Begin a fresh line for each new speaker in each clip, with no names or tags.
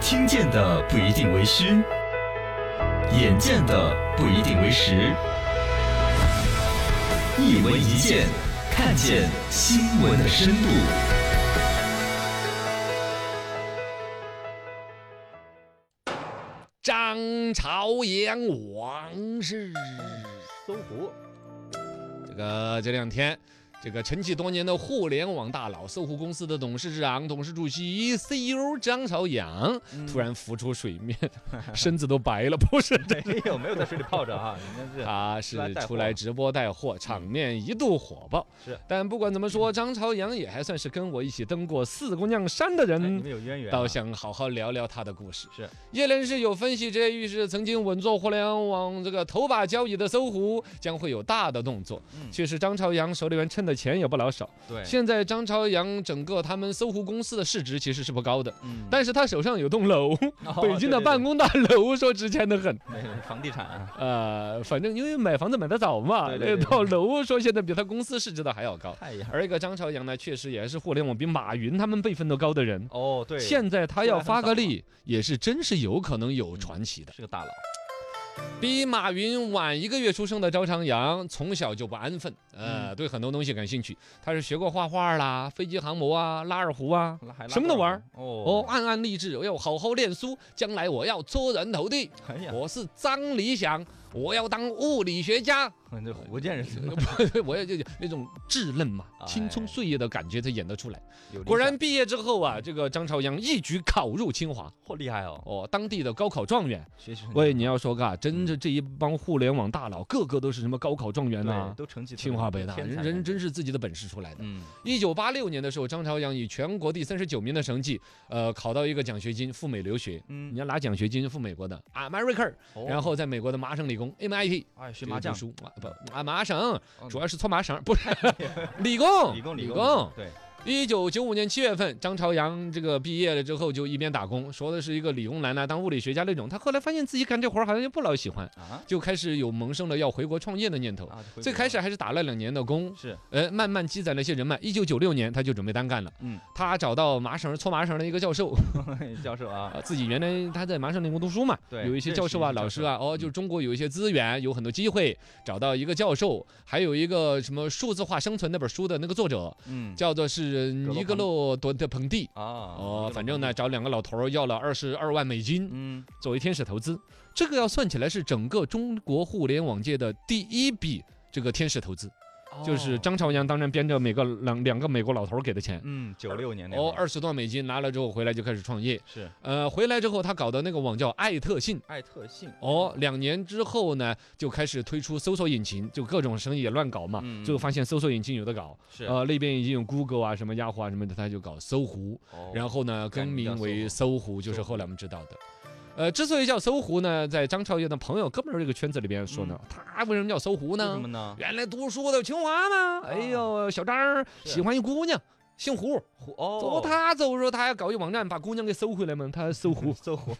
听见的不一定为虚，眼见的不一定为实。一文一见，看见新闻的深度。
张朝阳王氏
搜狐，
这个这两天，这个沉寂多年的互联网大佬、搜狐公司的董事长、董事主席、CEO 张朝阳
嗯
突然浮出水 面，身子都白了， 不是这。
没哎有没有在水里泡着 啊，人家是
他
出来
是
带货嗯
出来直播带货，场面一度火爆。
是，嗯
但不管怎么说，张朝阳也还算是跟我一起登过四姑娘山的
哎你
人
们，有渊源啊，
倒想好好聊聊他的故事。
是
业内人士有分析，这预示曾经稳坐互联网这个头把交椅的搜狐将会有大的动作。
嗯
确实，张朝阳手里面趁的钱也不老少。
对，
现在张朝阳整个他们搜狐公司的市值其实是不高的，
嗯
但是他手上有栋楼，
哦
北京的
对对对
办公大楼说值钱的很。
没有房地产啊，
呃，反正因为买房子买得早嘛，
对对
那
对
套楼说现在比他公司市值的还要高。
太阳
而一个张朝阳呢，确实也是互联网比马云他们辈分都高的人。
哦，对，
现在他
出来
要
很
发
早
个力，也是真是有可能有
嗯
传奇的。
是个大佬，嗯
比马云晚一个月出生的张朝阳，从小就不安分，
嗯
呃，对很多东西感兴趣。他是学过画画啦、飞机航模啊、拉二胡啊，
拉还拉
什么都
多少
玩儿
人哦
哦，暗暗立志，我要好好念书，将来我要出人头地。
哎呀，
我是张理想，我要当物理学家，
这福建人怎么
我要就那种稚嫩嘛、
哎
青葱岁月的感觉，他演得出来。
有理想
果然毕业之后啊，这个张朝阳一举考入清华，
嚯厉害哦，
哦，当地的高考状元。
学习成绩
喂，你要说嘎，
嗯
真是这一帮互联网大佬，个个都是什么高考状元呐、
对，都成绩特别
清华
好
北大，
天
人
才
人
感觉
真是自己的本事出来的。
嗯
一九八六年的时候，张朝阳以全国第三十九名的成绩，呃，考到一个奖学金赴美留学。
嗯
你要拿奖学金赴美国的 America，
哦
然后在美国的麻省理工 MIT
哎学麻将
这个读书啊不啊麻省，
嗯
主要是搓麻绳，不是 理工
哎理工理
工。
네.
对
一九九五年七月份，张朝阳这个毕业了之后就一边打工，说的是一个理工男呐、当物理学家那种。他后来发现自己干这活儿好像又不老喜欢，
啊
就开始有萌生了要回国创业的念头。
啊回
最
国
开始还是打了两年的工，
是
呃，慢慢积攒了一些人脉。一九九六年，他就准备单干了。
嗯
他找到麻省搓麻绳的一个教授，
教授啊
啊，自己原来他在麻省理工读书嘛，
对
有一些教授啊、
认识一些
老师啊，
教授嗯
哦，就中国有一些资源，有很多机会，找到一个教授，还有一个什么数字化生存那本书的那个作者，
嗯
叫做是尼格洛多德彭蒂。
啊
哦，反正呢，找两个老头儿要了二十二万美金
嗯
作为天使投资，这个要算起来是整个中国互联网界的第一笔这个天使投资，就是
哦
张朝阳当然编着每个两两个美国老头儿给的钱，
嗯九六年那
哦，
会儿
二十多万美金拿了之后回来就开始创业，
是
呃，回来之后他搞的那个网叫艾特信。
艾特信
哦，两年之后呢，就开始推出搜索引擎，就各种生意也乱搞嘛。
嗯
最后发现搜索引擎有的搞，
是
呃，那边已经有 Google 啊、什么雅虎啊什么的，他就搞搜狐，
哦
然后呢
改
更
名叫
名为
搜
搜狐，就是
搜狐
后来我们知道的。呃，之所以叫搜狐呢，在张朝阳的朋友、哥们儿这个圈子里边说呢，他为什么叫搜狐
嗯为什
呢
么？呢？
原来读书的清华嘛，哎呦，小张儿
是
喜欢一姑娘，姓胡，
狐哦，
走他走的时候，他要搞一网站把姑娘给搜回来嘛，他搜 狐，
搜狐，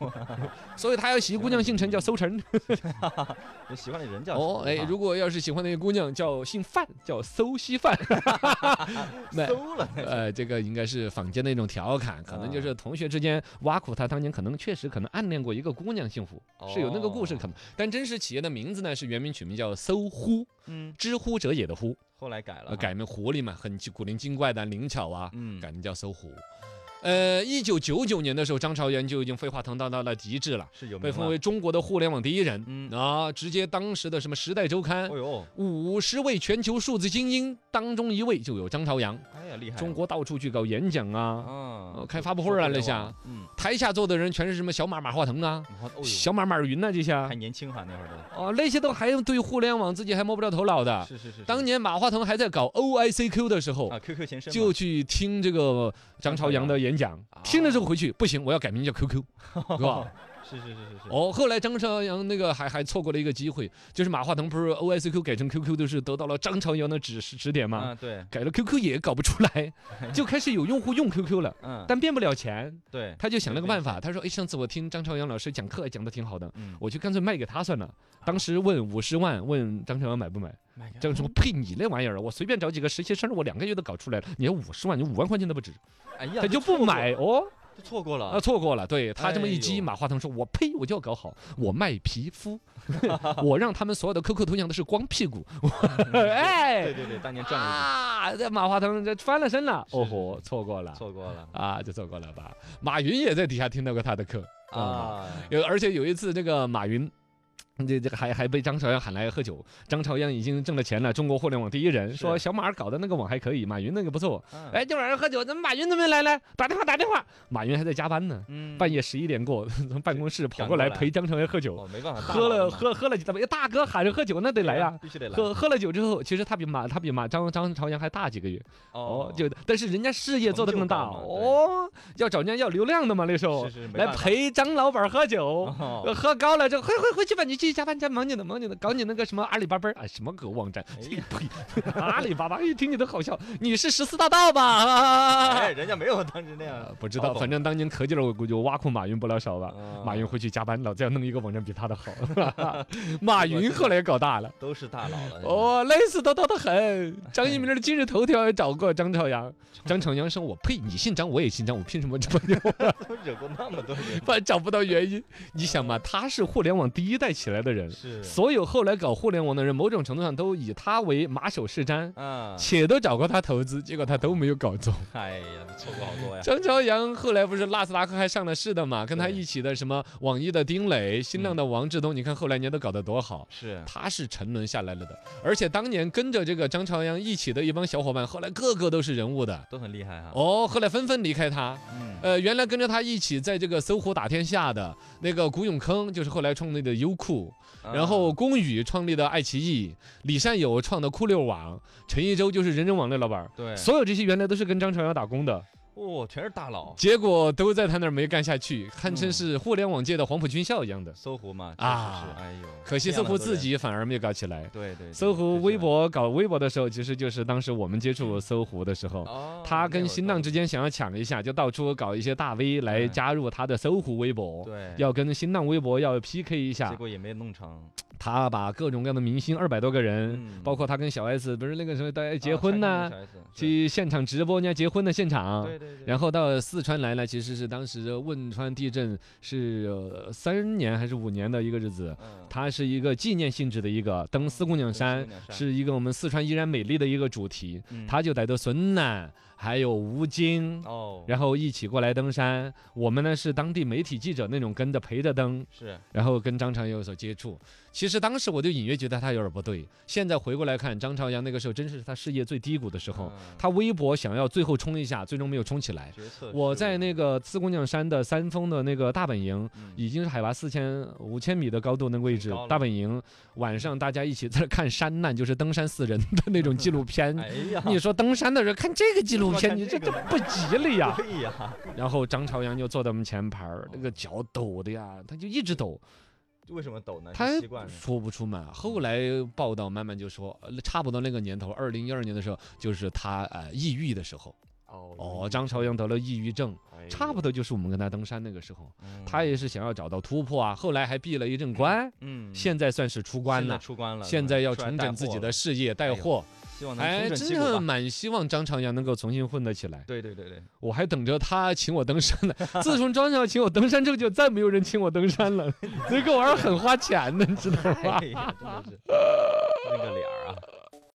所以他要洗姑娘姓陈叫搜陈。
就喜欢的人叫啊
哦，哎，如果要是喜欢那个姑娘叫姓范，叫搜西范，
果
那
搜了，
呃，这个应该是坊间的一种调侃，可能就是同学之间挖苦他，当年可能确实可能暗恋过一个姑娘，幸福
哦
是有那个故事可能，但真实企业的名字呢是原名取名叫搜狐，
嗯，
知乎者也的乎，
后来改了
呃，
哈，
改名狐狸嘛，很古灵精怪的灵巧啊，
啊嗯
改名叫搜狐。呃，一九九九年的时候，张朝阳就已经飞黄腾达到了极致了，
是有
被
名
封
了
为中国的互联网第一人。
嗯
啊，直接当时的什么《时代周刊》
哦呦，
五十位全球数字精英当中一位就有张朝阳，
哎呀厉害了，
中国到处去搞演讲啊，
啊
呃开发布会啊那下，
嗯，
台下坐的人全是什么小马马化腾啊、
然后哦呦，哎
小马马云呐、这些啊
还，年轻哈那会儿都，
哦那些都还对互联网自己还摸不着头脑的。
是是是，是
啊当年马化腾还在搞 OICQ 的时候
啊。QQ 前身嘛
就去听这个张朝阳的演讲
啊，
听了之后回去不行，我要改名叫 QQ，是吧？
是是是是是，
哦，后来张朝阳那个还还错过了一个机会，就是马化腾不是 OICQ 改成 QQ，都是得到了张朝阳的指示指点吗？
啊对，
改了 QQ 也搞不出 来，就开始有用户用 QQ 了，
嗯，
但变不了钱，
对，
他就想了个办法，他说：“哎，上次我听张朝阳老师讲课讲的挺好的，
嗯，
我就干脆卖给他算了。”当时问五十万，问张朝阳买不买？
买个
张朝阳说：“呸，你那玩意儿，我随便找几个实习生，我两个月都搞出来了，你要五十万，你五万块钱都不止，
哎呀，
他就不买哦。”
就错过了
啊，。错过了。对他这么一
哎
激，
呦
马化腾说：“我呸，我就要搞好，我卖皮肤， 我让他们所有的 QQ 头像都是光屁股。我”
对
哎，
对对，当年赚过
啊，这马化腾这翻了身了，
是
哦
是
吼，错过了
一次，错过了
啊，就错过了吧。马云也在底下听到过他的课啊，
啊，
有而且有一次这个马云。这这个还还被张朝阳喊来喝酒，张朝阳已经挣了钱了，中国互联网第一人，
是
说小马儿搞的那个网还可以，马云那个不错，
嗯，
哎，今晚上喝酒，怎么马云怎么没来来？打电话打电话，马云还在加班呢，
嗯，
半夜十一点过，从办公室跑过来
赶过来
陪张朝阳喝酒，
哦，没办法，大
喝
佬啊
了
了嘛
喝喝了几大杯，哎大哥喊着喝酒，那得来呀、
必须得来，
喝喝了酒之后，其实他比马他比马张张朝阳还大几个月哦，就但是人家事业做得更大
成就高嘛
哦，要找人家要流量的嘛那时候
是，是没
来
办法
陪张老板喝酒，
哦
呃喝高了之后，回回回去吧，你继续加班，加忙你的，忙你的，搞你那个什么阿里巴巴啊，什么狗网站，
哎
这
呀
呸，阿里巴巴，一听你都好笑，你是十四大盗吧？啊
哎，人家没有当时那样
呃，不知
好
道，
吧
反正当年可劲儿，我估计我挖苦马云不老少吧。
啊
马云回去加班，老子要弄一个网站比他的 好。马云后来搞大了，
都是大佬了，
哦，累死叨叨的很。张一鸣的今日头条也找过张朝阳，张朝阳说：“我呸，你姓张，我也姓张，我凭什么这么牛？”
都惹过那么多人，
反正找不到原因。你想嘛，他是互联网第一代起来的人，
是
所有后来搞互联网的人，某种程度上都以他为马首是瞻，
啊，
且都找过他投资，结果他都没有搞中。
哎呀，错过好多呀，
张朝阳后来不是纳斯达克还上了市的嘛，跟他
对
一起的什么网易的丁磊、新浪
嗯
的王志东，你看后来人家都搞得多好。
是
他是沉沦下来了的，而且当年跟着这个张朝阳一起的一帮小伙伴，后来个个都是人物的
都很厉害哈，
哦，后来纷纷离开他。
嗯，
呃，原来跟着他一起在这个搜狐打天下的那个谷永坑，就是后来创立的优酷，
啊嗯
然后龚宇创立的爱奇艺，李善友创的酷六网，陈一舟就是人人网的老板儿，
对，
所有这些原来都是跟张朝阳打工的，
哦，全是大佬，
结果都在他那儿没干下去，堪称
嗯
是互联网界的黄埔军校一样的。
搜狐嘛，确
啊
实是，哎呦，
可惜
这样
搜
的
狐
多
自
人，
己反而没有搞起来。
对对，对
搜
就
狐
是
微博搞微博的时候，其实就是当时我们接触搜狐的时候，
哦，
他
那
跟
会儿
新浪
都
之间想要抢一下，就到处搞一些大 V 来
嗯
加入他的搜狐微博。
对，
要跟新浪微博要 PK 一下
结，果也没弄成，
他把各种各样的明星二百多个人，
嗯
包括他跟小 S 不是那个什么大家结
啊
婚
产
呐、
生了小 S，是
去现场直播人家结婚的现场，
对对对，
然后到四川来呢，其实是当时汶川地震是呃三年还是五年的一个日子，
嗯
它是一个纪念性质的一个登四姑娘
对
山
四姑，娘山
是一个我们四川依然美丽的一个主题。
嗯
他就带着孙楠还有吴京，
哦，
然后一起过来登山。我们呢是当地媒体记者那种跟着陪着登，
是
然后跟张朝阳有所接触。其实当时我就隐约觉得他有点不对。现在回过来看，张朝阳那个时候真是他事业最低谷的时候。
嗯
他微博想要最后冲一下，最终没有冲起来。
决策
我
失
在
误
那个四姑娘山的三峰的那个大本营，
嗯
已经是海拔四千五千米的高度那个位置
很高，了
大本营晚上大家一起在那看山难，就是登山死人的那种纪录片。
哎呀，
你说登山的人看这个纪录
要
片，
看
你这
这
这
个
不吉利呀！
对呀，
然后张朝阳就坐在我们前排
哦
儿，那个脚抖的呀，他就一直抖，
为什么抖呢？
他
习惯了，嗯
说不出嘛。后来报道慢慢就说，呃差不多那个年头，二零一二年的时候，就是他呃抑郁的时候。
哦
哦，张朝阳得了抑郁症，差不
多，
多就是我们跟他登山那个时候，
哎嗯
他也是想要找到突破啊。后来还闭了一阵关，
嗯
现在算是出关
现在
了。
出关了，
现
嗯
在要
出来
重
带
整自
货
己的
了，
事业，带
哎呦
货。
希望能
哎，
重整
真
旗鼓吧
的蛮希望张朝阳能够重新混得起来。
对对 对对，
我还等着他请我登 山呢。自从张朝阳请我登山之后，就再没有人请我 登山了。这个玩意儿很花钱的，你知道吗？
哎呀，真的是那个脸儿。